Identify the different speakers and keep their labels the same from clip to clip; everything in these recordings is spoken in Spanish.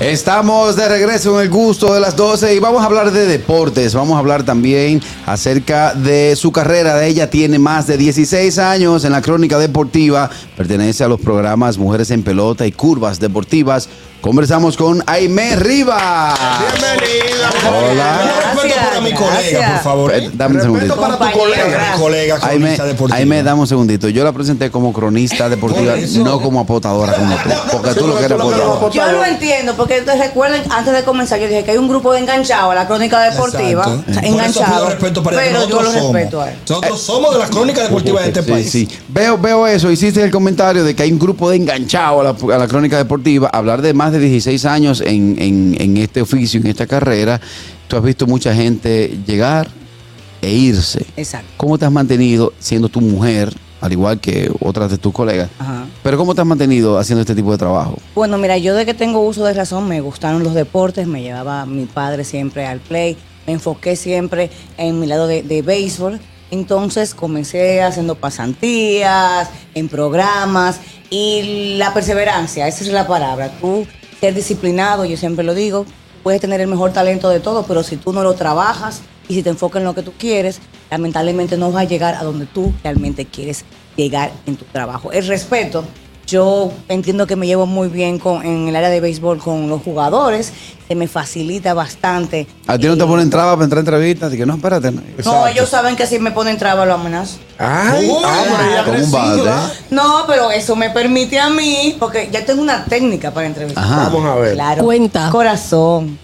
Speaker 1: Estamos de regreso en el gusto de las 12 y vamos a hablar de deportes. Vamos a hablar también acerca de su carrera. De ella tiene más de 16 años en la crónica deportiva. Pertenece a los programas Mujeres en Pelota y Curvas Deportivas. Conversamos con Aime Rivas.
Speaker 2: Bienvenida.
Speaker 1: Hola.
Speaker 2: Respeto para mi colega, por favor.
Speaker 1: Eh, dame un
Speaker 2: Respeto
Speaker 1: segundito.
Speaker 2: para tu
Speaker 3: Compañera.
Speaker 2: colega, mi colega
Speaker 1: Aime,
Speaker 2: cronista deportiva.
Speaker 1: Aime, dame un segundito. Yo la presenté como cronista deportiva,
Speaker 2: Por eso.
Speaker 1: no como apotadora como tú. Porque tú lo que eres apotadora.
Speaker 3: Yo lo entiendo, porque ustedes recuerden, antes de comenzar, yo dije que hay un grupo de enganchados a la crónica deportiva.
Speaker 2: Exacto.
Speaker 3: O sea,
Speaker 2: Por eso pido
Speaker 3: enganchados.
Speaker 2: respeto para ella,
Speaker 3: Pero yo
Speaker 2: nosotros
Speaker 3: lo
Speaker 2: somos.
Speaker 3: respeto a él.
Speaker 2: Nosotros somos de las crónicas deportivas de este
Speaker 1: Eh, Sí,
Speaker 2: país.
Speaker 1: sí. Veo, veo eso. Hiciste el comentario de que hay un grupo de enganchados a la, a la crónica deportiva. Hablar de más de 16 años en, en- en este oficio, en esta carrera, tú has visto mucha gente llegar e irse.
Speaker 3: Exacto.
Speaker 1: ¿Cómo te has mantenido siendo tu mujer, al igual que otras de tus colegas?
Speaker 3: Ajá.
Speaker 1: Pero ¿cómo te has mantenido haciendo este tipo de trabajo?
Speaker 3: Bueno, mira, yo de que tengo uso de razón me gustaron los deportes, me llevaba mi padre siempre al play, me enfoqué siempre en mi lado de, de béisbol. Entonces comencé haciendo pasantías, en programas y la perseverancia, esa es la palabra. Tú ser disciplinado, yo siempre lo digo, puedes tener el mejor talento de todo, pero si tú no lo trabajas y si te enfocas en lo que tú quieres, lamentablemente no vas a llegar a donde tú realmente quieres llegar en tu trabajo. El respeto yo entiendo que me llevo muy bien con, en el área de béisbol con los jugadores, se me facilita bastante.
Speaker 1: ¿A ti no te
Speaker 3: Eh,
Speaker 1: ponen trabas para entrar a entrevistas? Así que no, espérate. no.
Speaker 3: No, ellos saben que si me ponen traba lo amenazo.
Speaker 2: Ay, ah, pero ella
Speaker 1: Como un ¿eh?
Speaker 2: agresiva.
Speaker 1: bate,
Speaker 3: No, pero eso me permite a mí, porque ya tengo una técnica para entrevistar.
Speaker 1: Ajá.
Speaker 4: Vamos a ver.
Speaker 3: Claro.
Speaker 5: Cuenta.
Speaker 3: Corazón.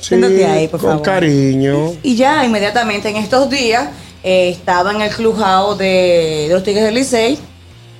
Speaker 4: Sí,
Speaker 3: Siéntate ahí, por
Speaker 4: con
Speaker 3: favor.
Speaker 4: cariño.
Speaker 3: Y ya inmediatamente en estos días eh, estaba en el clubhouse de, de los Tigres del Licey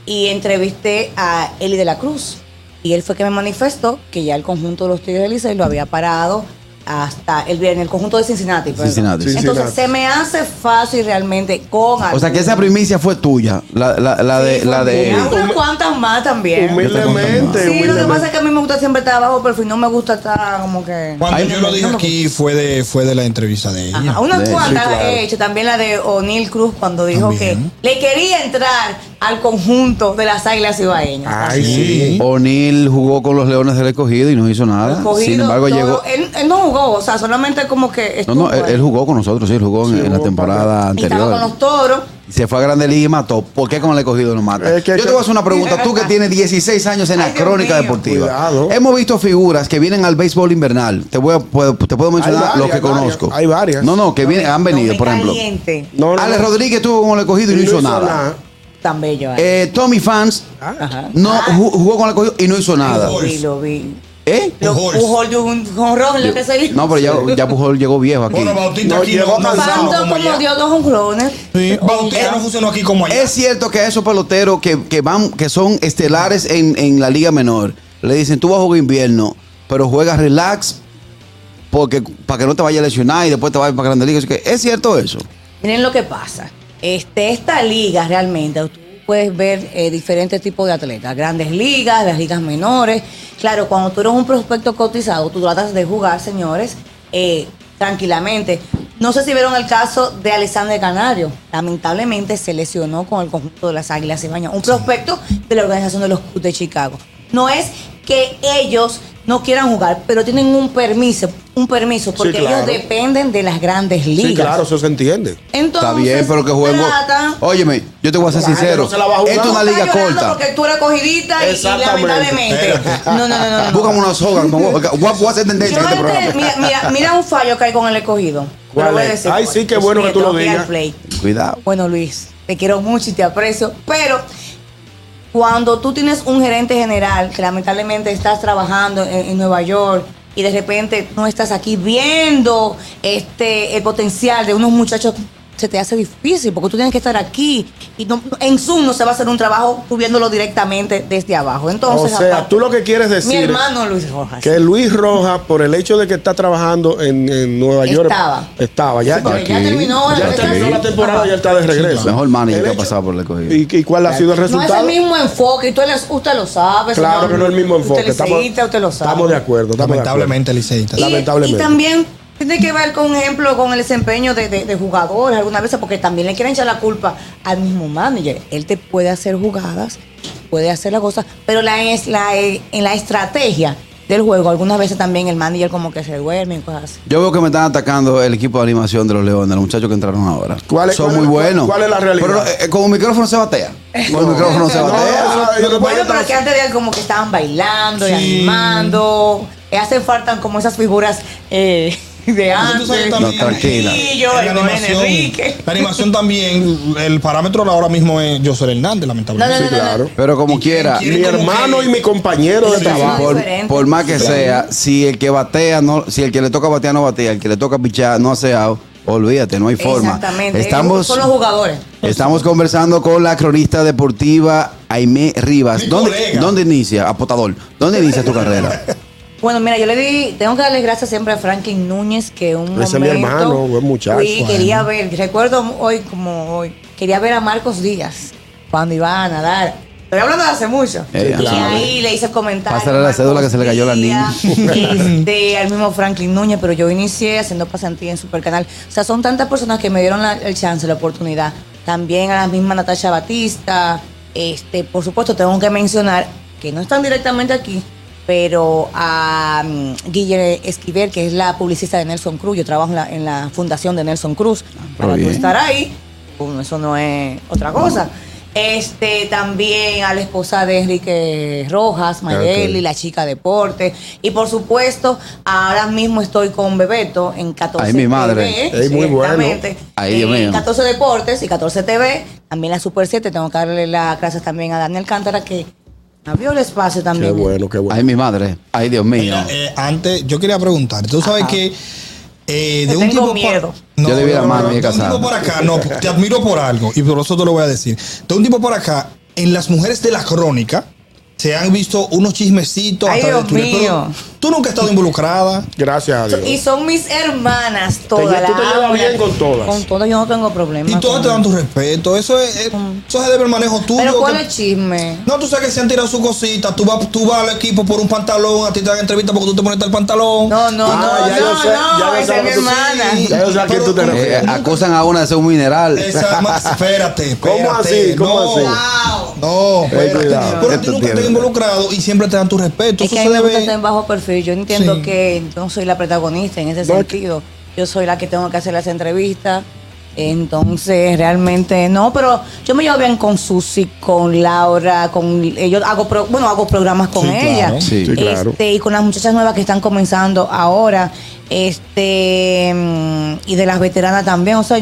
Speaker 3: y entrevisté a Eli de la Cruz. Y él fue que me manifestó que ya el conjunto de los Tigres del Licey lo había parado hasta el viernes, el conjunto de Cincinnati. perdón.
Speaker 1: Cincinnati.
Speaker 3: Entonces
Speaker 4: Cincinnati.
Speaker 3: se me hace fácil realmente con
Speaker 1: O sea que esa primicia fue tuya, la, la- la de... la de
Speaker 3: Unas cuantas más también.
Speaker 4: Humildemente,
Speaker 3: Sí, lo que pasa
Speaker 4: humildemente.
Speaker 3: es que a mí me gusta siempre estar abajo, pero al fin no me gusta estar como que...
Speaker 2: Cuando
Speaker 1: Ay,
Speaker 2: yo lo dije
Speaker 3: no me
Speaker 2: aquí fue de, fue de la entrevista de ella.
Speaker 3: Ajá, unas
Speaker 1: Sí,
Speaker 3: cuantas
Speaker 4: claro.
Speaker 3: he hecho, también la de O'Neill Cruz cuando dijo
Speaker 2: También.
Speaker 3: que le quería entrar al conjunto de las Águilas Ibaeñas.
Speaker 4: Ay, sí.
Speaker 1: O'Neill jugó con los Leones del Escogido y no hizo nada.
Speaker 3: Cogido
Speaker 1: Sin embargo,
Speaker 3: todo-
Speaker 1: llegó...
Speaker 3: Él, él no jugó, o sea, solamente como que
Speaker 1: No,
Speaker 3: estuvo
Speaker 1: no, él,
Speaker 3: ahí.
Speaker 1: él jugó con nosotros, sí, él jugó en,
Speaker 4: Sí,
Speaker 1: en la
Speaker 4: jugó
Speaker 1: temporada
Speaker 3: Y estaba con
Speaker 1: anterior.
Speaker 3: los toros.
Speaker 1: Y Se fue a Grande Liga y mató. ¿Por qué con el escogido no mata?
Speaker 4: Es que-
Speaker 1: Yo te voy a hacer una pregunta. Tú que tienes 16 años en la
Speaker 3: Ay, Dios
Speaker 1: crónica
Speaker 3: mío.
Speaker 1: deportiva.
Speaker 4: Cuidado.
Speaker 1: Hemos visto figuras que vienen al béisbol invernal. Te, voy a- puedo, te puedo mencionar
Speaker 4: varias,
Speaker 1: los que
Speaker 4: hay varias,
Speaker 1: conozco.
Speaker 4: hay varias.
Speaker 1: No, no, que vienen, han venido,
Speaker 3: No me
Speaker 1: por ejemplo.
Speaker 3: caliente.
Speaker 4: No, no,
Speaker 1: Alex
Speaker 4: no.
Speaker 1: Rodríguez estuvo con el escogido y no, hizo nada.
Speaker 3: Tan bello. ahí.
Speaker 1: Eh, Tommy Fans
Speaker 3: Ajá.
Speaker 1: no ju- jugó con el escogido y no hizo nada.
Speaker 3: Lo vi, lo vi.
Speaker 1: ¿Eh?
Speaker 3: Lo-
Speaker 2: Pujols.
Speaker 3: Pujol de un jonrón, lo que se dice.
Speaker 1: No, pero ya, ya Pujol llegó viejo aquí.
Speaker 2: Bueno, Bautista
Speaker 4: No,
Speaker 2: aquí no,
Speaker 4: llegó
Speaker 2: no
Speaker 4: cansado
Speaker 2: funcionó
Speaker 3: Tanto
Speaker 2: como
Speaker 3: como
Speaker 2: allá.
Speaker 3: dio dos jonrones.
Speaker 2: Sí, Bautista no funcionó aquí como allá.
Speaker 1: Es cierto que a esos peloteros que, que van, que son estelares en, en la liga menor, le dicen tú vas a jugar invierno, pero juegas relax porque para que no te vaya a lesionar y después te vayas para grande liga. Así que, es cierto eso.
Speaker 3: Miren lo que pasa. Este, esta liga realmente, tú puedes ver eh, diferentes tipos de atletas, grandes ligas, las ligas menores. Claro, cuando tú eres un prospecto cotizado, tú tratas de jugar, señores, eh, tranquilamente. No sé si vieron el caso de Alexander Canario. Lamentablemente se lesionó con el conjunto de las Águilas Ibañas, un prospecto de la organización de los Cubs de Chicago. No es que ellos no quieran jugar, pero tienen un permiso, un permiso, porque ellos
Speaker 4: claro.
Speaker 3: dependen de las grandes ligas.
Speaker 4: Sí, claro, eso se entiende.
Speaker 3: Entonces,
Speaker 1: Está bien, pero que jueguen.
Speaker 3: tratan-
Speaker 1: Óyeme, yo te voy a ser
Speaker 4: La gente
Speaker 1: sincero.
Speaker 4: no se la va a jugar.
Speaker 1: Esto es una
Speaker 3: Tú estás
Speaker 1: liga
Speaker 3: llorando
Speaker 1: corta.
Speaker 3: Porque tú eres cogidita y- y,
Speaker 4: Exactamente.
Speaker 3: lamentablemente.
Speaker 4: Espérate.
Speaker 3: No, no, no, no. no.
Speaker 1: Búscame una soga. con- Voy a- voy a hacer
Speaker 3: Yo
Speaker 1: tendencia en este
Speaker 3: este-
Speaker 1: programa.
Speaker 3: mira, mira, mira un fallo que hay con el escogido. Te lo
Speaker 4: ¿Cuál
Speaker 3: voy a
Speaker 4: es?
Speaker 3: decir
Speaker 4: Ay,
Speaker 3: cuál.
Speaker 4: sí, qué
Speaker 3: Dios
Speaker 4: bueno
Speaker 3: mío,
Speaker 4: que tú lo
Speaker 3: tengo ir
Speaker 4: digas.
Speaker 3: al play.
Speaker 1: Cuidado.
Speaker 3: Ah, Bueno, Luis, te quiero mucho y te aprecio, pero cuando tú tienes un gerente general que lamentablemente estás trabajando en, en Nueva York y de repente no estás aquí viendo este el potencial de unos muchachos se te hace difícil porque tú tienes que estar aquí y no- en Zoom no se va a hacer un trabajo tú viéndolo directamente desde abajo. Entonces,
Speaker 4: o sea,
Speaker 3: aparte-
Speaker 4: tú lo que quieres decir
Speaker 3: mi
Speaker 4: es
Speaker 3: hermano Luis Rojas.
Speaker 4: que Luis Rojas, por el hecho de que está trabajando en, en Nueva York,
Speaker 3: Estaba.
Speaker 4: estaba ya.
Speaker 3: Pero ya terminó
Speaker 4: Ya
Speaker 3: el-
Speaker 4: terminó la temporada y
Speaker 3: Ajá.
Speaker 4: él está de regreso.
Speaker 1: Mejor manager
Speaker 4: El
Speaker 1: que ha
Speaker 4: hecho-
Speaker 1: pasado por el escogido.
Speaker 4: ¿Y, y cuál ha sido el
Speaker 3: No es
Speaker 4: resultado?
Speaker 3: el mismo enfoque, y tú les- usted lo sabe.
Speaker 4: claro
Speaker 3: señor.
Speaker 4: que no es el mismo enfoque.
Speaker 3: Usted, liceísta,
Speaker 4: Estamos,
Speaker 3: usted lo sabe.
Speaker 4: estamos de acuerdo. Estamos de acuerdo.
Speaker 2: Lamentablemente, liceísta.
Speaker 3: Y- Y
Speaker 4: lamentablemente.
Speaker 3: también Tiene que ver, con ejemplo, con el desempeño de, de- de jugadores algunas veces, porque también le quieren echar la culpa al mismo manager. Él te puede hacer jugadas, puede hacer las cosas, pero la, es, la, eh, en la estrategia del juego, algunas veces también el manager como que se duerme y cosas así.
Speaker 1: Yo veo que me están atacando el equipo de animación de los Leones, los muchachos que entraron ahora.
Speaker 4: ¿Cuál es-
Speaker 1: Son
Speaker 4: cuál
Speaker 1: muy
Speaker 4: es- cuál-
Speaker 1: buenos.
Speaker 4: cuál es la realidad?
Speaker 1: Pero eh, con un micrófono se batea. Con un
Speaker 3: Ah,
Speaker 1: micrófono se
Speaker 4: No,
Speaker 1: batea.
Speaker 4: no, no, lo que pasa
Speaker 3: Bueno,
Speaker 4: es que
Speaker 3: pero que antes de él como que estaban bailando y animando. eh, hacen falta como esas figuras eh, de
Speaker 2: Entonces, tú sabes
Speaker 3: antes.
Speaker 2: también-
Speaker 1: No, tranquila.
Speaker 3: Y yo,
Speaker 2: en
Speaker 3: el buen Enrique.
Speaker 2: la animación también, el parámetro ahora mismo es José Hernández, lamentablemente.
Speaker 3: No, no, no,
Speaker 4: Sí, claro.
Speaker 1: Pero como quiera,
Speaker 2: quién-
Speaker 4: Mi hermano y mi compañero de
Speaker 3: Sí.
Speaker 4: trabajo.
Speaker 1: por,
Speaker 3: diferente.
Speaker 1: por más que sea, si el que batea no, si el que le toca batear no batea, el que le toca pichar no hace out, olvídate, no hay forma.
Speaker 3: Exactamente.
Speaker 1: Estamos,
Speaker 3: Son los jugadores.
Speaker 1: estamos conversando con la cronista deportiva Aime Rivas.
Speaker 2: Mi
Speaker 1: ¿Dónde,
Speaker 2: colega.
Speaker 1: ¿Dónde inicia, apotador? ¿Dónde inicia tu carrera?
Speaker 3: Bueno, mira, yo le di, tengo que darle gracias siempre a Franklin Núñez, que un
Speaker 4: Ese es mi
Speaker 3: momento
Speaker 4: hermano, buen muchacho.
Speaker 3: fui, quería ver, recuerdo hoy como hoy, quería ver a Marcos Díaz cuando iba a nadar. Estoy hablando de hace mucho.
Speaker 1: Eh,
Speaker 3: y
Speaker 4: claro.
Speaker 3: ahí le hice el comentario.
Speaker 1: Pásale la
Speaker 3: Marcos
Speaker 1: cédula que se le cayó la niña.
Speaker 3: Díaz, Este, al mismo Franklin Núñez, pero yo inicié haciendo pasantía en Supercanal. O sea, son tantas personas que me dieron la- el chance, la oportunidad. También a la misma Natasha Batista. Este, por supuesto, tengo que mencionar que no están directamente aquí, pero a mm, Guillermo Esquivel, que es la publicista de Nelson Cruz. Yo trabajo en la, en la fundación de Nelson Cruz. Para tú
Speaker 1: bien.
Speaker 3: estar ahí, bueno, eso no es otra cosa. Este, también a la esposa de Enrique Rojas, Mayeli,
Speaker 4: Ok.
Speaker 3: la chica deporte. Y por supuesto, ahora mismo estoy con Bebeto en 14
Speaker 1: Ay, mi madre.
Speaker 3: TV.
Speaker 4: Ey, muy bueno.
Speaker 3: exactamente.
Speaker 1: Ay, Dios
Speaker 3: Eh,
Speaker 1: mío.
Speaker 3: 14 Deportes y 14 TV. También la Super 7. Tengo que darle las gracias también a Daniel Cántara que abrió el espacio
Speaker 4: Qué
Speaker 3: también.
Speaker 4: bueno, qué bueno.
Speaker 1: Ay, mi madre. Ay, Dios mío.
Speaker 2: Mira, eh, antes, yo quería preguntar, tú sabes
Speaker 3: Ajá.
Speaker 2: que eh, de
Speaker 3: Te
Speaker 2: un
Speaker 3: tengo
Speaker 2: tipo
Speaker 3: miedo.
Speaker 1: Yo le hubiera amado,
Speaker 2: de
Speaker 1: amiga
Speaker 2: un tipo
Speaker 1: casada.
Speaker 2: por acá, no, te admiro por algo y por eso te lo voy a decir. De un tipo por acá, en las mujeres de la crónica se han visto unos chismecitos a
Speaker 3: Ay,
Speaker 2: través de
Speaker 3: Dios
Speaker 2: Twitter, pero
Speaker 3: mío.
Speaker 2: Tú nunca has estado involucrada.
Speaker 4: Gracias a
Speaker 3: So- Y
Speaker 4: Dios.
Speaker 3: son mis hermanas todas.
Speaker 4: lle- tú te
Speaker 3: las
Speaker 4: llevas
Speaker 3: amo,
Speaker 4: bien
Speaker 3: las-
Speaker 4: con todas.
Speaker 3: Con todas yo no tengo problema.
Speaker 2: Y todas
Speaker 3: con-
Speaker 2: te dan tu respeto. Eso es, es- eso se debe al manejo tuyo.
Speaker 3: Mm. Pero ¿cuál
Speaker 2: que-
Speaker 3: es el chisme?
Speaker 2: No, tú sabes que se han tirado su cosita. Tú vas, tú vas al equipo por un pantalón, a ti te dan entrevista porque tú te pones el pantalón.
Speaker 3: No, no,
Speaker 4: Ah,
Speaker 3: no,
Speaker 4: ya yo
Speaker 3: no,
Speaker 4: sé, ya
Speaker 3: no,
Speaker 4: yo
Speaker 3: esa es
Speaker 4: sé
Speaker 3: mi
Speaker 4: lo que tú-
Speaker 3: hermana.
Speaker 2: Sí,
Speaker 4: Ya yo sé a quién tú te
Speaker 2: pero-
Speaker 4: refieres.
Speaker 1: Eh, acusan a una de ser un mineral.
Speaker 2: Esa, ma- espérate, espérate.
Speaker 4: ¿Cómo así? ¿Cómo
Speaker 2: no,
Speaker 4: así?
Speaker 2: No, espérate.
Speaker 4: cuidado.
Speaker 2: Pero a ti
Speaker 1: Esto
Speaker 2: nunca te
Speaker 1: tiene-
Speaker 2: has involucrado y siempre te dan tu
Speaker 1: Eh,
Speaker 2: respeto.
Speaker 3: Es
Speaker 2: Eso
Speaker 3: que a
Speaker 2: se
Speaker 3: mí me gusta
Speaker 2: debe.
Speaker 3: estar en bajo perfil. Yo entiendo
Speaker 2: Sí.
Speaker 3: que no soy la protagonista en ese
Speaker 4: No, es que-
Speaker 3: sentido. Yo soy la que tengo que hacer las entrevistas. Entonces, realmente no, pero yo me llevo bien con Susi, con Laura, con eh, yo hago pro- bueno, hago programas con
Speaker 2: Sí,
Speaker 3: ella.
Speaker 2: claro.
Speaker 1: Sí,
Speaker 4: claro.
Speaker 3: Este, y con las muchachas nuevas que están comenzando ahora. Este mm, y de las veteranas también, o sea,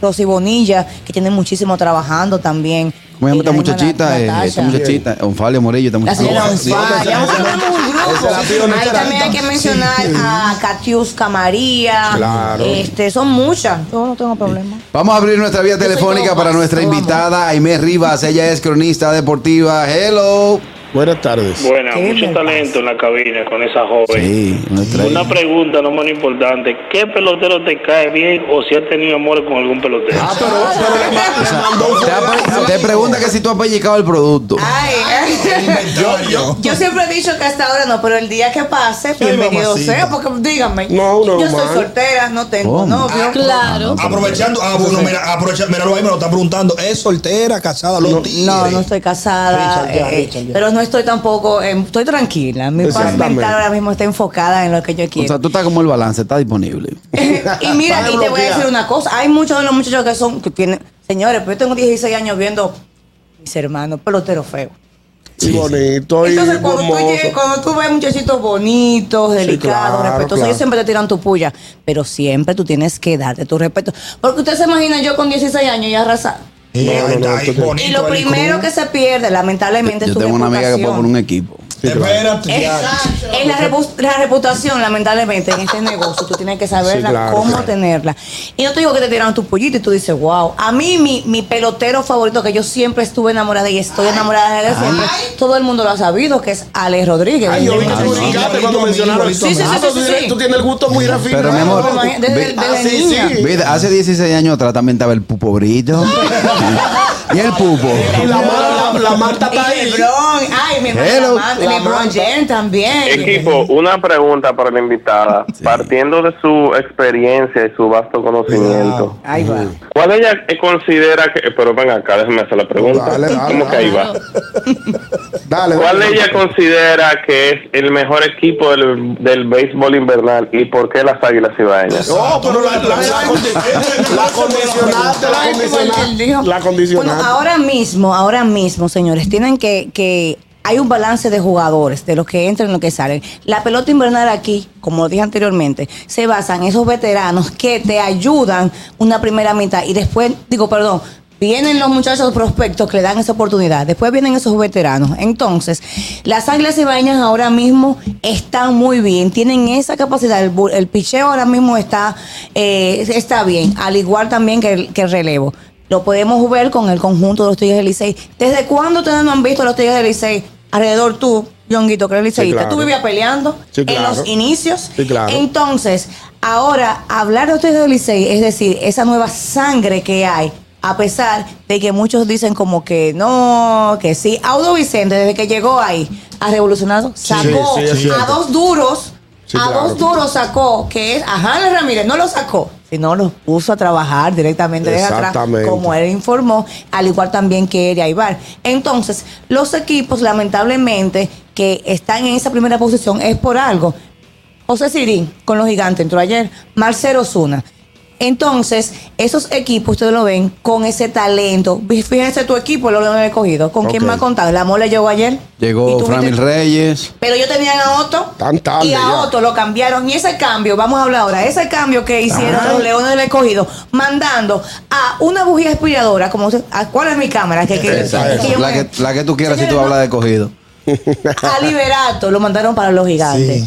Speaker 3: Rosy Bonilla, que tiene muchísimo trabajando también.
Speaker 1: ¿Cómo se llama
Speaker 3: Y la
Speaker 1: esta
Speaker 3: misma Nat-
Speaker 1: muchachita? Eh, esta
Speaker 3: Natasha.
Speaker 1: muchachita, Onfalio Morello, esta
Speaker 3: La señora
Speaker 1: muchachita.
Speaker 2: sí,
Speaker 3: González.
Speaker 2: hombre,
Speaker 3: Ya
Speaker 2: esa-
Speaker 3: formamos un
Speaker 4: esa la pido
Speaker 3: grupo.
Speaker 4: en
Speaker 3: Ahí
Speaker 4: Instagram.
Speaker 3: también hay que mencionar a Catiusca María.
Speaker 4: Claro.
Speaker 3: Este, son muchas. Yo no tengo problema.
Speaker 1: Vamos a abrir nuestra vía
Speaker 3: soy
Speaker 1: telefónica
Speaker 3: como
Speaker 1: para
Speaker 3: más,
Speaker 1: nuestra
Speaker 3: vamos.
Speaker 1: invitada Aime Rivas. Ella es cronista deportiva. Hello.
Speaker 4: Buenas tardes.
Speaker 5: Bueno,
Speaker 3: ¿Qué
Speaker 5: mucho
Speaker 3: me
Speaker 5: talento en la cabina con esa joven.
Speaker 1: Sí, nuestra.
Speaker 5: Una pregunta no menos importante, ¿qué pelotero te cae bien o si has tenido amor con algún pelotero?
Speaker 4: Ah, pero, pero le ma- le mandó un
Speaker 1: Te,
Speaker 4: fuego.
Speaker 1: ap- te pregunta que si tú has pellicado el producto.
Speaker 3: Ay, yo siempre he dicho que hasta ahora no, pero el día que pase, bienvenido
Speaker 2: mamacita.
Speaker 3: sea, porque díganme,
Speaker 4: No, Ah, no,
Speaker 3: yo soy
Speaker 4: man.
Speaker 3: soltera, no tengo
Speaker 1: ¿Cómo?
Speaker 3: novio.
Speaker 6: Claro.
Speaker 2: Aprovechando, ah, bueno, mira, aprovecha, mira, ahí me lo está preguntando. ¿Es soltera, casada, los tigres?
Speaker 3: No, no estoy casada,
Speaker 4: Richard, ya,
Speaker 3: eh,
Speaker 4: Richard, ya.
Speaker 3: pero no estoy tampoco, eh, estoy tranquila. Mi paz
Speaker 4: Exactamente.
Speaker 3: mental ahora mismo está enfocada en lo que yo
Speaker 1: O
Speaker 3: quiero.
Speaker 1: sea, tú estás como el balance, está disponible.
Speaker 3: y mira,
Speaker 4: Para
Speaker 3: y te voy a
Speaker 4: bloquear.
Speaker 3: decir una cosa. Hay muchos de los muchachos que son, que tienen, señores, pero yo tengo 16 años viendo mis hermanos peloteros feos.
Speaker 4: Y bonito y
Speaker 3: Entonces, cuando tú, llegas-
Speaker 4: hermoso.
Speaker 3: cuando tú ves muchachitos bonitos, delicados,
Speaker 4: claro,
Speaker 3: respetuosos,
Speaker 4: claro.
Speaker 3: ellos siempre te tiran tu puya. Pero siempre tú tienes que darte tu respeto. Porque usted se imagina yo con 16 años y arrasar.
Speaker 2: Y, Eh, ahí
Speaker 4: No, no,
Speaker 2: está,
Speaker 4: no,
Speaker 2: ahí,
Speaker 4: esto te-
Speaker 2: bonito
Speaker 3: Y lo
Speaker 2: el
Speaker 3: primero
Speaker 2: club.
Speaker 3: que se pierde, lamentablemente, es
Speaker 1: Yo
Speaker 3: tu
Speaker 1: tengo una amiga que puede poner
Speaker 3: reputación.
Speaker 1: un equipo.
Speaker 2: Espérate, ya.
Speaker 3: Exacto. Es la, repu- la reputación, lamentablemente, en este negocio. Tú tienes que saberla
Speaker 4: Sí, claro,
Speaker 3: cómo
Speaker 4: claro.
Speaker 3: tenerla. Y no te digo que te tiran tu pollito y tú dices, wow. A mí, mi, mi pelotero favorito, que yo siempre estuve enamorada y estoy enamorada de él siempre, todo el mundo lo ha sabido, que es Ale Rodríguez.
Speaker 4: Ah. Ay, yo vi que te
Speaker 3: Sí,
Speaker 4: brincaste cuando mencionaron.
Speaker 2: Sí, sí,
Speaker 3: sí,
Speaker 4: Ah, pero
Speaker 3: sí,
Speaker 4: tú
Speaker 3: sí.
Speaker 4: tienes- Tú tienes el gusto muy refinado.
Speaker 1: Pero, mi amor,
Speaker 4: loco.
Speaker 3: Desde- desde
Speaker 4: Ah, sí,
Speaker 3: niña.
Speaker 4: sí.
Speaker 1: Mira, hace 16 años atrás también estaba el pupo brillo. y el pupo.
Speaker 4: Y la mala, la la, la Marta está
Speaker 3: Y
Speaker 4: ahí.
Speaker 3: LeBron, ay, mi hermano
Speaker 1: Hello.
Speaker 3: Lamar- LeBron James también.
Speaker 6: Equipo, una pregunta para la invitada. Partiendo de su experiencia y su vasto conocimiento,
Speaker 3: Ahí va.
Speaker 6: ¿cuál ella eh, considera que... eh, Pero venga acá, déjeme hacer la pregunta.
Speaker 1: Dale, dale,
Speaker 6: ¿Cómo que ahí va?
Speaker 1: Dale,
Speaker 6: ¿Cuál ella considera que es el mejor equipo del, del béisbol invernal y por qué las Águilas Ibaeñas?
Speaker 4: Oh, pero la, la, la, condi- la condicionaste, la
Speaker 3: Ay, porque él dijo-
Speaker 4: condicionaste. La
Speaker 3: Bueno,
Speaker 4: condicionaste.
Speaker 3: ahora mismo, ahora mismo, señores, tienen que, que hay un balance de jugadores, de los que entran y los que salen. La pelota invernal aquí, como dije anteriormente, se basa en esos veteranos que te ayudan una primera mitad y después, digo, perdón, vienen los muchachos prospectos que le dan esa oportunidad, después vienen esos veteranos. Entonces, las Águilas Ibaeñas ahora mismo están muy bien, tienen esa capacidad, el, bu- el picheo ahora mismo está, eh, está bien, al igual también que el- que el relevo. Lo podemos ver con el conjunto de los Tigres del Licey. ¿Desde cuándo ustedes no han visto a los Tigres del Licey alrededor tú, Yonguito, que eres liceísta?
Speaker 4: claro.
Speaker 3: Tú vivías peleando
Speaker 4: Sí, claro.
Speaker 3: en los inicios.
Speaker 4: Sí, claro.
Speaker 3: Entonces, ahora hablar de los Tigres del Licey, es decir, esa nueva sangre que hay, a pesar de que muchos dicen como que no, que sí. Audo Vicente, desde que llegó ahí, ha revolucionado, sacó
Speaker 4: sí, es
Speaker 3: a
Speaker 4: cierto.
Speaker 3: dos duros,
Speaker 4: Sí,
Speaker 3: a
Speaker 4: claro.
Speaker 3: dos duros sacó, que es a Hanley Ramírez, no lo sacó, sino los puso a trabajar directamente desde atrás,
Speaker 4: Exactamente.
Speaker 3: como él informó, al igual también que Eria Ibar. Entonces, los equipos, lamentablemente, que están en esa primera posición es por algo. José Sirín con los gigantes entró ayer, Marcelo Zuna. Entonces, esos equipos, ustedes lo ven, con ese talento. Vi- Fíjense tu equipo, lo han escogido. ¿Con quién
Speaker 1: Ok.
Speaker 3: me ha contado? La mole llegó ayer. ¿Y
Speaker 1: Llegó
Speaker 3: tú
Speaker 1: Framil
Speaker 3: viste?
Speaker 1: Reyes.
Speaker 3: Pero yo tenían a Otto
Speaker 4: Tan tarde
Speaker 3: y a
Speaker 4: ya.
Speaker 3: Otto lo cambiaron. Y ese cambio, vamos a hablar ahora, ese cambio que hicieron los Leones del Escogido, mandando a una bujía aspiradora, como se- ¿a ¿cuál es mi cámara? Que, que-
Speaker 4: Esa, esa.
Speaker 3: que yo
Speaker 1: La
Speaker 3: me-
Speaker 1: que, la que tú quieras si tú
Speaker 3: Señores,
Speaker 1: hablas de cogido.
Speaker 3: a Liberato lo mandaron para los gigantes.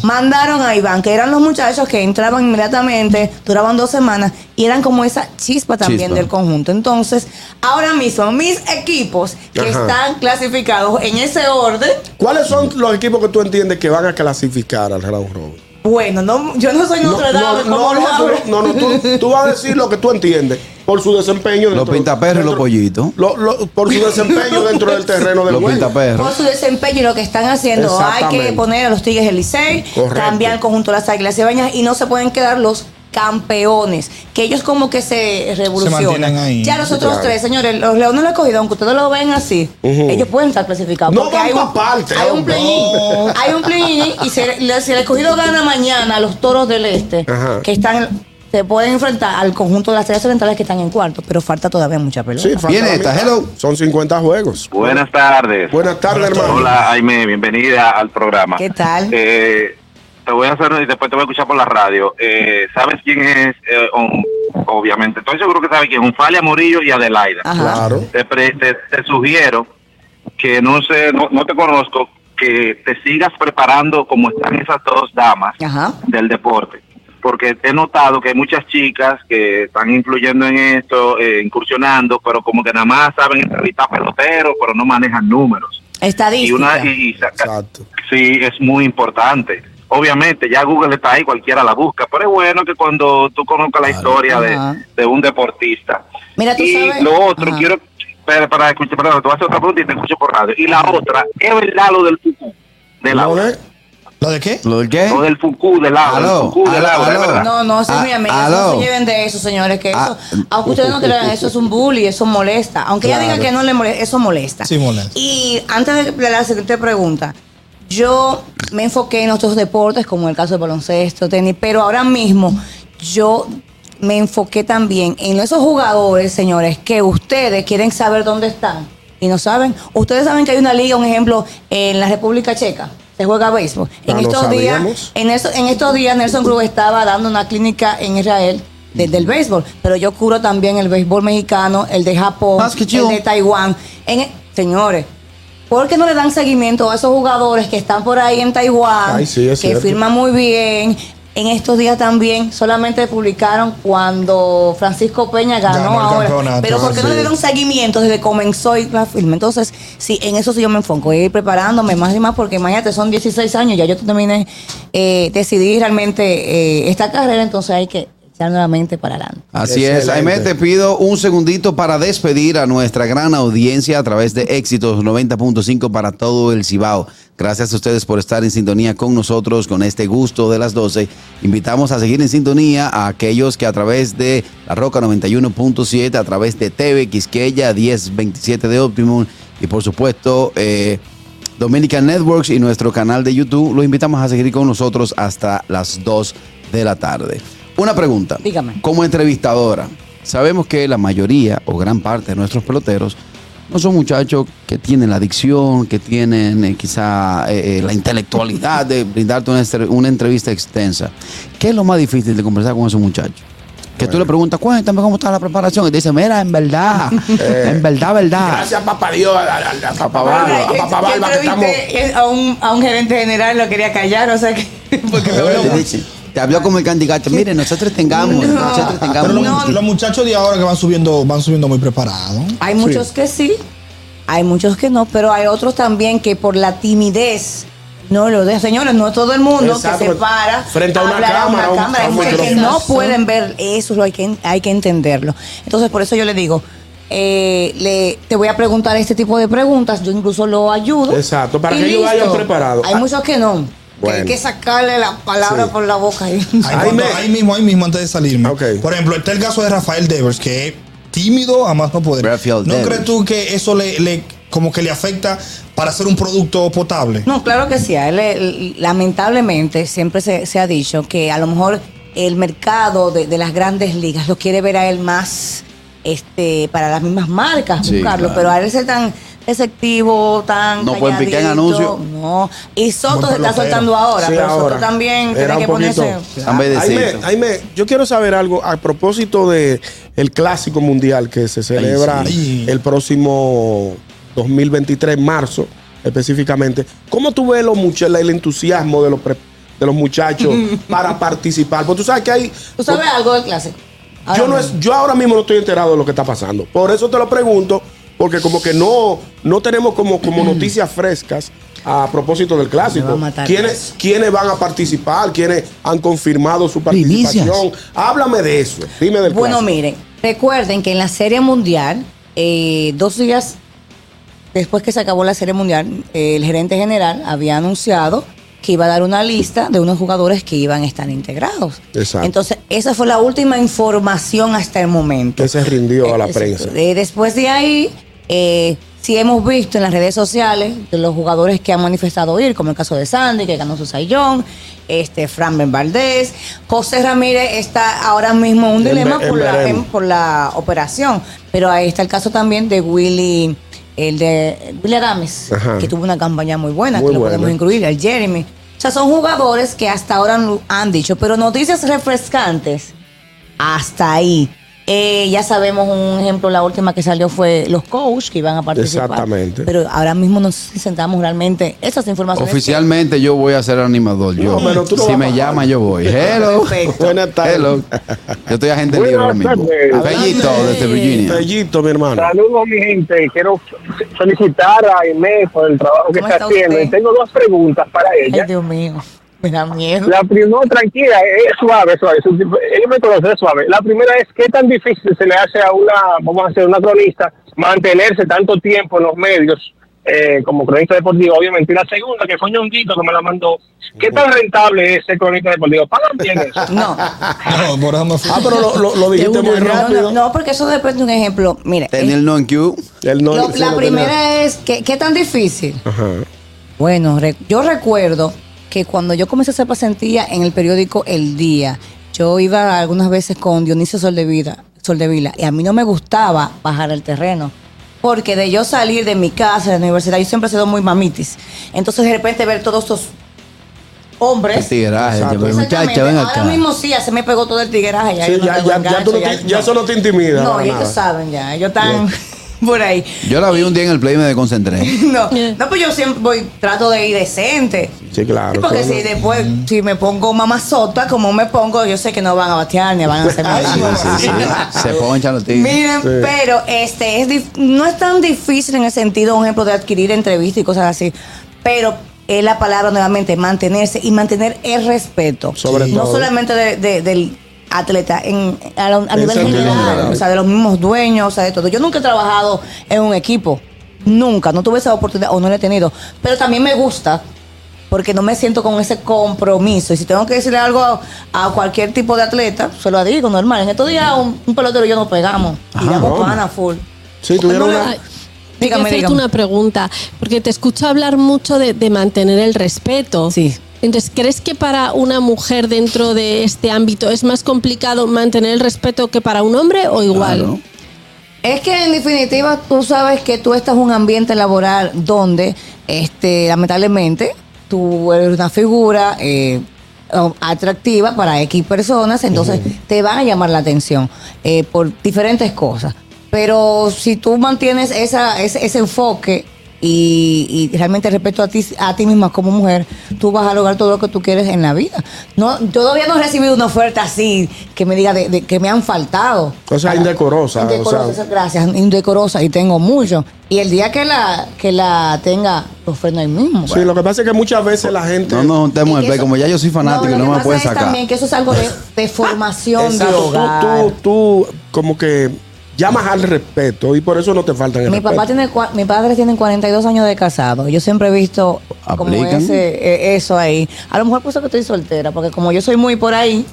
Speaker 2: Sí.
Speaker 3: Mandaron a Iván, que eran los muchachos que entraban inmediatamente, duraban dos semanas y eran como esa chispa también
Speaker 1: Chispa.
Speaker 3: del conjunto. Entonces, ahora mismo, mis equipos que
Speaker 4: Ajá.
Speaker 3: están clasificados en ese orden,
Speaker 4: ¿Cuáles son los equipos que tú entiendes que van a clasificar al round robin?
Speaker 3: bueno, no, yo no soy
Speaker 4: No,
Speaker 3: Notre Dame,
Speaker 4: no,
Speaker 3: como
Speaker 4: no, no,
Speaker 3: Laura.
Speaker 4: tú, no, no, tú, tú vas a decir lo que tú entiendes por su desempeño.
Speaker 1: Los
Speaker 4: dentro-
Speaker 1: pintaperros y los
Speaker 4: dentro-
Speaker 1: pollitos.
Speaker 4: lo- lo- por su desempeño dentro del terreno del
Speaker 1: Los
Speaker 4: juego.
Speaker 3: por
Speaker 1: pintaperros.
Speaker 3: su desempeño y lo que están haciendo. Hay
Speaker 4: Exactamente.
Speaker 3: que poner a los Tigres del Licey,
Speaker 4: Correcto.
Speaker 3: cambiar el conjunto de las Águilas Cebañas y no se pueden quedar los campeones, que ellos como que se revolucionan.
Speaker 2: mantienen ahí.
Speaker 3: ya los
Speaker 4: Sí,
Speaker 3: otros
Speaker 4: claro.
Speaker 3: tres, señores, los Leones del Escogido, aunque ustedes lo ven así, ellos pueden estar clasificados.
Speaker 4: No
Speaker 3: porque
Speaker 4: van
Speaker 3: hay
Speaker 4: pa'
Speaker 3: un,
Speaker 4: parte,
Speaker 3: Hay un
Speaker 4: hombre.
Speaker 3: play-in, hay un play-in y si el, si el Escogido gana mañana a los Toros del Este,
Speaker 4: Ajá.
Speaker 3: que están... Se pueden enfrentar al conjunto de las estrellas orientales que están en cuarto, pero falta todavía mucha pelota.
Speaker 4: Sí, falta
Speaker 1: Viene
Speaker 4: la
Speaker 1: esta,
Speaker 4: mitad.
Speaker 1: hello.
Speaker 4: Son 50 juegos.
Speaker 7: Buenas tardes.
Speaker 4: Buenas tardes, hermano.
Speaker 7: Hola, Jaime, bienvenida al programa.
Speaker 3: ¿Qué tal?
Speaker 7: Eh, te voy a hacer y después te voy a escuchar por la radio. Eh, ¿Sabes quién es? Eh, un- obviamente, estoy seguro que sabes quién. Unfalia Morillo y Adelaida.
Speaker 3: Ajá.
Speaker 4: Claro.
Speaker 7: Te, pre- te- te sugiero que no sé, no, no te conozco, que te sigas preparando como están esas dos damas
Speaker 3: Ajá.
Speaker 7: del deporte. Porque he notado que hay muchas chicas que están influyendo en esto, eh, incursionando, pero como que nada más saben entrevistar peloteros, pero no manejan números y
Speaker 3: Estadística.
Speaker 7: una y, y saca-
Speaker 4: Exacto.
Speaker 7: sí es muy importante obviamente ya Google está ahí cualquiera la busca pero es bueno que cuando tú conozcas la historia de,
Speaker 3: Ajá.
Speaker 7: de un deportista
Speaker 3: Mira, tú
Speaker 7: y
Speaker 3: sabes-
Speaker 7: lo otro
Speaker 3: Ajá.
Speaker 7: quiero para, para escuchar perdón, te voy a hacer otra pregunta y te escucho por radio y la otra es verdad lo del Fuku de la
Speaker 4: ¿Lo de?
Speaker 2: ¿Lo de qué?
Speaker 1: ¿Lo del qué?
Speaker 7: lo del Fuku de la
Speaker 1: Aló,
Speaker 7: del Fuku de
Speaker 1: aló,
Speaker 7: Laura, es
Speaker 1: aló.
Speaker 7: verdad.
Speaker 3: No, no, sí,
Speaker 1: Ah,
Speaker 3: mi amiga, no
Speaker 1: aló.
Speaker 3: se lleven de eso, señores, que eso,
Speaker 1: Ah.
Speaker 3: aunque ustedes no crean, eso es un bully, eso molesta. Aunque ella
Speaker 4: Claro.
Speaker 3: diga que no le molesta, eso molesta.
Speaker 2: Sí, molesta.
Speaker 3: Y antes de la siguiente pregunta, yo me enfoqué en otros deportes, como el caso de baloncesto, tenis, pero ahora mismo yo me enfoqué también en esos jugadores, señores, que ustedes quieren saber dónde están y no saben. Ustedes saben que hay una liga, un ejemplo, en la República Checa. Se juega béisbol.
Speaker 4: Ah,
Speaker 3: En
Speaker 4: no
Speaker 3: estos
Speaker 4: sabíamos.
Speaker 3: días, en, eso- en estos días Nelson Cruz estaba dando una clínica en Israel de- del béisbol, pero yo curo también el béisbol mexicano, el de Japón,
Speaker 1: Más que yo.
Speaker 3: el de Taiwán. En, e, señores, ¿por qué no le dan seguimiento a esos jugadores que están por ahí en Taiwán,
Speaker 4: Ay, sí, es
Speaker 3: que
Speaker 4: cierto.
Speaker 3: firman muy bien? En estos días también solamente publicaron cuando Francisco Peña ganó,
Speaker 2: Ganó el
Speaker 3: ahora.
Speaker 2: campeonato,
Speaker 3: Pero ¿por qué no
Speaker 2: sí.
Speaker 3: le dieron seguimiento desde que comenzó y la firma? Entonces, sí, en eso sí yo me enfoco, ir preparándome más y más, porque imagínate, son 16 años, ya yo terminé, eh, decidí realmente eh, esta carrera, entonces hay que echarle
Speaker 8: estar nuevamente para adelante.
Speaker 1: Así es,
Speaker 4: Excelente.
Speaker 1: Aime, te pido un segundito para despedir a nuestra gran audiencia a través de Éxitos 90.5 para todo el Cibao. Gracias a ustedes por estar en sintonía con nosotros, con este gusto de las 12. Invitamos a seguir en sintonía a aquellos que a través de La Roca 91.7, a través de TV Quisqueya 1027 de Optimum y por supuesto... eh, Dominican Networks y nuestro canal de YouTube, los invitamos a seguir con nosotros hasta las 2 de la tarde. Una pregunta.
Speaker 3: Dígame.
Speaker 1: Como entrevistadora, sabemos que la mayoría o gran parte de nuestros peloteros no son muchachos que tienen la adicción, que tienen eh, quizá eh, eh, la intelectualidad de brindarte una, estre- una entrevista extensa. ¿Qué es lo más difícil de conversar con esos muchachos? Que tú le preguntas, cuéntame cómo está la preparación. Y te dice, mira, en verdad, en verdad, verdad.
Speaker 9: Gracias, papá Dios, a, a- a papá Barba, a papá Barba que estamos.
Speaker 3: a, un, a un gerente general lo quería callar, o sea que. Porque me habló
Speaker 1: Te dice, Te habló como el candidato. Mire, nosotros tengamos,
Speaker 3: No.
Speaker 1: nosotros
Speaker 2: Pero
Speaker 1: tengamos.
Speaker 2: los,
Speaker 3: No.
Speaker 2: los muchachos de ahora que van subiendo, van subiendo muy preparados.
Speaker 3: Hay muchos que sí, hay muchos que no, pero hay otros también que por la timidez no lo de señores, no todo el mundo
Speaker 4: Exacto.
Speaker 3: que se para
Speaker 4: Frente a una
Speaker 3: hablar
Speaker 4: cámara, un-
Speaker 3: cámara.
Speaker 4: a
Speaker 3: Hay
Speaker 4: un
Speaker 3: muchos que
Speaker 4: micrófono.
Speaker 3: no pueden ver eso, lo hay que hay que entenderlo. Entonces por eso yo le digo. eh, le, te voy a preguntar este tipo de preguntas, yo incluso lo ayudo.
Speaker 4: Exacto, para
Speaker 3: Y
Speaker 4: que ellos
Speaker 3: listo.
Speaker 4: vayan preparados.
Speaker 3: Hay
Speaker 4: Ah.
Speaker 3: muchos que no, que hay
Speaker 4: Bueno.
Speaker 3: que sacarle la palabra
Speaker 4: Sí.
Speaker 3: por la boca. ahí.
Speaker 2: Ahí,
Speaker 4: Ahí
Speaker 2: cuando-
Speaker 4: me-
Speaker 2: ahí mismo, ahí mismo, antes de salirme.
Speaker 4: Ok.
Speaker 2: Por ejemplo, está el caso de Rafael Devers, que es tímido a más no poder.
Speaker 1: Rafael
Speaker 2: ¿No
Speaker 1: Devers.
Speaker 2: crees tú que eso le, le- como que le afecta para hacer un producto potable?
Speaker 3: No, claro que sí. A él, eh, lamentablemente, siempre se, se ha dicho que a lo mejor el mercado de, de las grandes ligas lo quiere ver a él más este, para las mismas marcas,
Speaker 1: Sí,
Speaker 3: buscarlo,
Speaker 1: claro.
Speaker 3: pero a él ser tan receptivo, tan.
Speaker 1: No pueden picar en
Speaker 3: calladito,
Speaker 1: anuncios.
Speaker 3: No. Y Soto
Speaker 2: Como
Speaker 3: se está
Speaker 2: pelotero.
Speaker 3: soltando ahora,
Speaker 4: Sí,
Speaker 3: pero Soto
Speaker 4: ahora.
Speaker 3: también
Speaker 4: Era
Speaker 3: tiene
Speaker 4: un
Speaker 3: que
Speaker 4: poquito-
Speaker 3: ponerse.
Speaker 1: Tan bedecito.
Speaker 4: Aime, Aime, Ah, yo quiero saber algo a propósito de el clásico mundial que se celebra
Speaker 2: sí.
Speaker 4: el próximo 2023 marzo específicamente. ¿Cómo tú ves los mucha- el entusiasmo de los pre- de los muchachos para participar? Porque tú sabes que hay
Speaker 3: ¿Tú sabes algo del clásico? Ahora
Speaker 4: yo, no
Speaker 3: mismo.
Speaker 4: es- yo ahora mismo no estoy enterado de lo que está pasando. Por eso te lo pregunto, porque como que no, no tenemos como, como noticias frescas a propósito del
Speaker 3: Me va
Speaker 4: clásico.
Speaker 3: a matar
Speaker 4: ¿Quiénes,
Speaker 3: eso.
Speaker 4: ¿Quiénes van a participar? ¿Quiénes han confirmado su participación? Háblame de eso. Dime del
Speaker 3: Bueno,
Speaker 4: clásico.
Speaker 3: miren, recuerden que en la Serie Mundial, eh, dos días después que se acabó la Serie Mundial, eh, el gerente general había anunciado que iba a dar una lista de unos jugadores que iban a estar integrados.
Speaker 4: Exacto.
Speaker 3: Entonces, esa fue la última información hasta el momento.
Speaker 4: Que se rindió a la
Speaker 3: Exacto.
Speaker 4: prensa.
Speaker 3: Eh, después de ahí, eh, sí hemos visto en las redes sociales de los jugadores que han manifestado ir, como el caso de Sandy, que ganó su Sayón, este, Fran Ben Valdés. José Ramírez está ahora mismo en un
Speaker 4: En
Speaker 3: dilema
Speaker 4: ve- en
Speaker 3: por, la,
Speaker 4: veremos.
Speaker 3: en- por la operación, pero ahí está el caso también de Willy. El de Willy Adames,
Speaker 4: Ajá.
Speaker 3: que tuvo una campaña muy buena,
Speaker 4: Muy
Speaker 3: que lo
Speaker 4: buena.
Speaker 3: podemos incluir, el Jeremy. O sea, son jugadores que hasta ahora no han dicho, pero noticias refrescantes hasta ahí. Eh, ya sabemos un ejemplo, la última que salió fue los coaches que iban a participar.
Speaker 4: Exactamente.
Speaker 3: Pero ahora mismo nos sentamos realmente esas informaciones.
Speaker 1: Oficialmente yo voy a ser animador. Yo,
Speaker 4: No, pero tú no
Speaker 1: si
Speaker 4: vas
Speaker 1: me
Speaker 4: a bajar.
Speaker 1: llama, yo voy. Hello.
Speaker 3: Perfecto.
Speaker 4: Buenas tardes.
Speaker 1: Hello. Yo estoy agente libre ahora mismo.
Speaker 6: tardes.
Speaker 1: Bellito desde Virginia.
Speaker 4: Fellito, mi hermano.
Speaker 6: Saludos, mi gente. Quiero felicitar a Aime por el trabajo que
Speaker 3: ¿Cómo
Speaker 6: está
Speaker 3: está
Speaker 6: haciendo.
Speaker 3: usted?
Speaker 6: Y tengo dos preguntas para
Speaker 3: Ay,
Speaker 6: ella.
Speaker 3: Dios mío, me da miedo.
Speaker 6: La primera, tranquila, es suave, suave. su- Ella me conoce, es suave. La primera es qué tan difícil se le hace a una, vamos a hacer una cronista, mantenerse tanto tiempo en los medios eh, como cronista deportivo, obviamente. Y la segunda, que fue Ñonguito que me la mandó, ¿qué tan rentable es ser cronista deportivo? ¿Pagan bien eso?
Speaker 3: No.
Speaker 2: No, por eso me fui.
Speaker 4: Ah, pero lo, lo- lo
Speaker 3: De
Speaker 4: dijiste
Speaker 3: una,
Speaker 4: muy
Speaker 3: no, no,
Speaker 4: rápido.
Speaker 3: No, porque eso depende de un ejemplo. Mire,
Speaker 1: Tenía
Speaker 3: eh,
Speaker 1: el non-Q.
Speaker 4: Él no-
Speaker 3: lo-
Speaker 4: sí
Speaker 3: la
Speaker 4: lo tenía.
Speaker 3: primera es, ¿qué, ¿qué tan difícil?
Speaker 4: Ajá.
Speaker 3: Bueno, re- yo recuerdo que cuando yo comencé a hacer pasantía en el periódico El Día, yo iba algunas veces con Dionisio Soldevila, Soldevila y a mí no me gustaba bajar el terreno. Porque de yo salir de mi casa, de la universidad, yo siempre he sido muy mamitis. Entonces de repente ver todos estos
Speaker 1: El
Speaker 3: hombres...
Speaker 1: tigueraje.
Speaker 4: Exacto.
Speaker 1: Pero
Speaker 3: Exactamente.
Speaker 1: Muchacha, ven
Speaker 3: Ahora
Speaker 1: acá.
Speaker 3: mismo sí, ya se me pegó todo el tigueraje. Ya,
Speaker 4: Sí,
Speaker 3: yo no
Speaker 4: ya,
Speaker 3: tengo
Speaker 4: ya, ya,
Speaker 3: enganche,
Speaker 4: tú no
Speaker 3: ya-
Speaker 4: te- ya eso no te intimida.
Speaker 3: No,
Speaker 4: para
Speaker 3: ellos
Speaker 4: nada.
Speaker 3: saben ya, ellos están por ahí.
Speaker 1: Yo la vi un día en el play y me desconcentré.
Speaker 3: No, no, pues yo siempre voy, trato de ir decente.
Speaker 4: Sí, claro.
Speaker 3: Sí, porque
Speaker 4: todo
Speaker 3: si
Speaker 4: no-
Speaker 3: después, si me pongo mamazota, como me pongo, yo sé que no van a batear ni van a hacer
Speaker 1: Sí,
Speaker 3: nada.
Speaker 1: sí, sí. Se ponchan los tigres.
Speaker 3: Miren,
Speaker 4: Sí.
Speaker 3: pero este es dif- no es tan difícil en el sentido, un ejemplo, de adquirir entrevistas y cosas así, pero es la palabra nuevamente, mantenerse y mantener el respeto.
Speaker 4: Sobre
Speaker 3: no
Speaker 4: todo.
Speaker 3: solamente de- de- del atletas en, a, lo- a
Speaker 4: De
Speaker 3: nivel
Speaker 4: ese
Speaker 3: general,
Speaker 4: nivel.
Speaker 3: o sea, de los mismos dueños, o sea, de todo. Yo nunca he trabajado en un equipo, nunca, no tuve esa oportunidad o no la he tenido, pero también me gusta porque no me siento con ese compromiso. Y si tengo que decirle algo a, a cualquier tipo de atleta, se lo digo, normal. En estos días un, un pelotero y yo nos pegamos y damos
Speaker 4: bueno.
Speaker 3: pana full.
Speaker 4: Sí, tuvieron
Speaker 3: No, no,
Speaker 4: una.
Speaker 3: no. Dígame,
Speaker 8: hacerte
Speaker 3: dígame.
Speaker 8: una pregunta, porque te escucho hablar mucho de, de mantener el respeto.
Speaker 3: Sí.
Speaker 8: Entonces, ¿crees que para una mujer dentro de este ámbito es más complicado mantener el respeto que para un hombre o igual?
Speaker 1: Claro.
Speaker 3: Es que en definitiva tú sabes que tú estás en un ambiente laboral donde, este, lamentablemente, tú eres una figura eh, o- atractiva para X personas, entonces te van a llamar la atención eh, por diferentes cosas. Pero si tú mantienes esa, ese, ese enfoque y, y realmente respeto a ti, a ti misma como mujer, tú vas a lograr todo lo que tú quieres en la vida. No, todavía no he recibido una oferta así que me diga de, de que me han faltado.
Speaker 4: O sea,
Speaker 3: Para-
Speaker 4: indecorosa, o
Speaker 3: Indecorosa,
Speaker 4: sea.
Speaker 3: esa- gracias, indecorosa y tengo mucho. Y el día que la que la tenga, lo freno ahí mismo.
Speaker 4: Sí, lo que pasa es que muchas veces la gente.
Speaker 1: No nos juntemos en el
Speaker 3: Y que
Speaker 1: play,
Speaker 3: eso-
Speaker 1: como ya yo soy fanático, no,
Speaker 3: lo que
Speaker 1: me
Speaker 3: pasa
Speaker 1: pueden
Speaker 3: es
Speaker 1: sacar.
Speaker 3: También que eso es algo de, de formación de
Speaker 4: Exacto,
Speaker 3: hogar.
Speaker 4: tú, tú, tú como que llamas al respeto y por eso no te faltan el
Speaker 3: Mi
Speaker 4: respeto.
Speaker 3: papá tiene, cua- mi padre tiene 42 años de casado. Yo siempre he visto como
Speaker 1: Aplican.
Speaker 3: ese, eh, eso ahí. A lo mejor por eso que estoy soltera, porque como yo soy muy por ahí,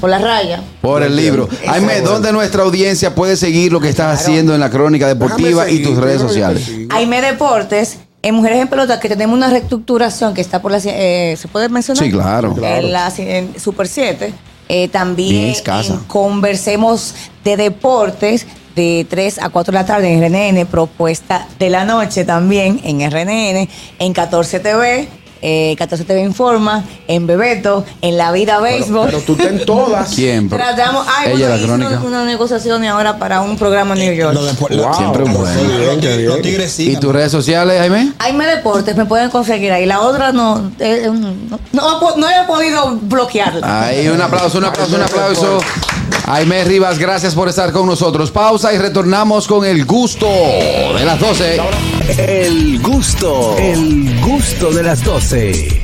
Speaker 3: por la raya.
Speaker 1: Por el libro. Jaime, ¿dónde nuestra audiencia puede seguir lo que estás haciendo en la crónica deportiva
Speaker 4: Déjame
Speaker 1: y tus
Speaker 4: seguir,
Speaker 1: redes
Speaker 4: déjame
Speaker 1: sociales?
Speaker 4: seguir.
Speaker 3: Aime Deportes, en Mujeres en Pelota, que tenemos una reestructuración que está por la... ci- eh, ¿Se puede mencionar?
Speaker 1: Sí, claro.
Speaker 3: En la ci- en Super 7. Eh,
Speaker 1: Bien
Speaker 3: también
Speaker 1: escasa.
Speaker 3: en Conversemos de Deportes de 3 a 4 de la tarde en RNN, propuesta de la noche también en RNN, en 14 TV. eh, 14 TV Informa, en Bebeto, en La Vida Béisbol.
Speaker 4: Pero tú estás en todas.
Speaker 1: Siempre.
Speaker 3: Tratamos,
Speaker 1: Ella
Speaker 3: ay, bueno,
Speaker 1: la
Speaker 3: hice
Speaker 1: crónica.
Speaker 3: unas negociaciones ahora para un programa en New York.
Speaker 2: Eh, Lo de- lo-
Speaker 4: Wow.
Speaker 1: Siempre
Speaker 2: lo-
Speaker 1: bueno.
Speaker 2: lo- lo-
Speaker 4: Qué bien.
Speaker 2: Los tigres
Speaker 1: ¿Y
Speaker 2: sí.
Speaker 1: tus redes sociales, Jaime?
Speaker 3: Aime Deportes me pueden conseguir ahí. La otra no. eh, no, no- no he podido bloquearla.
Speaker 1: Ahí, un aplauso, un aplauso, un aplauso. Jaime Rivas, gracias por estar con nosotros. Pausa y retornamos con el gusto de las 12.
Speaker 10: El gusto, el gusto de las 12.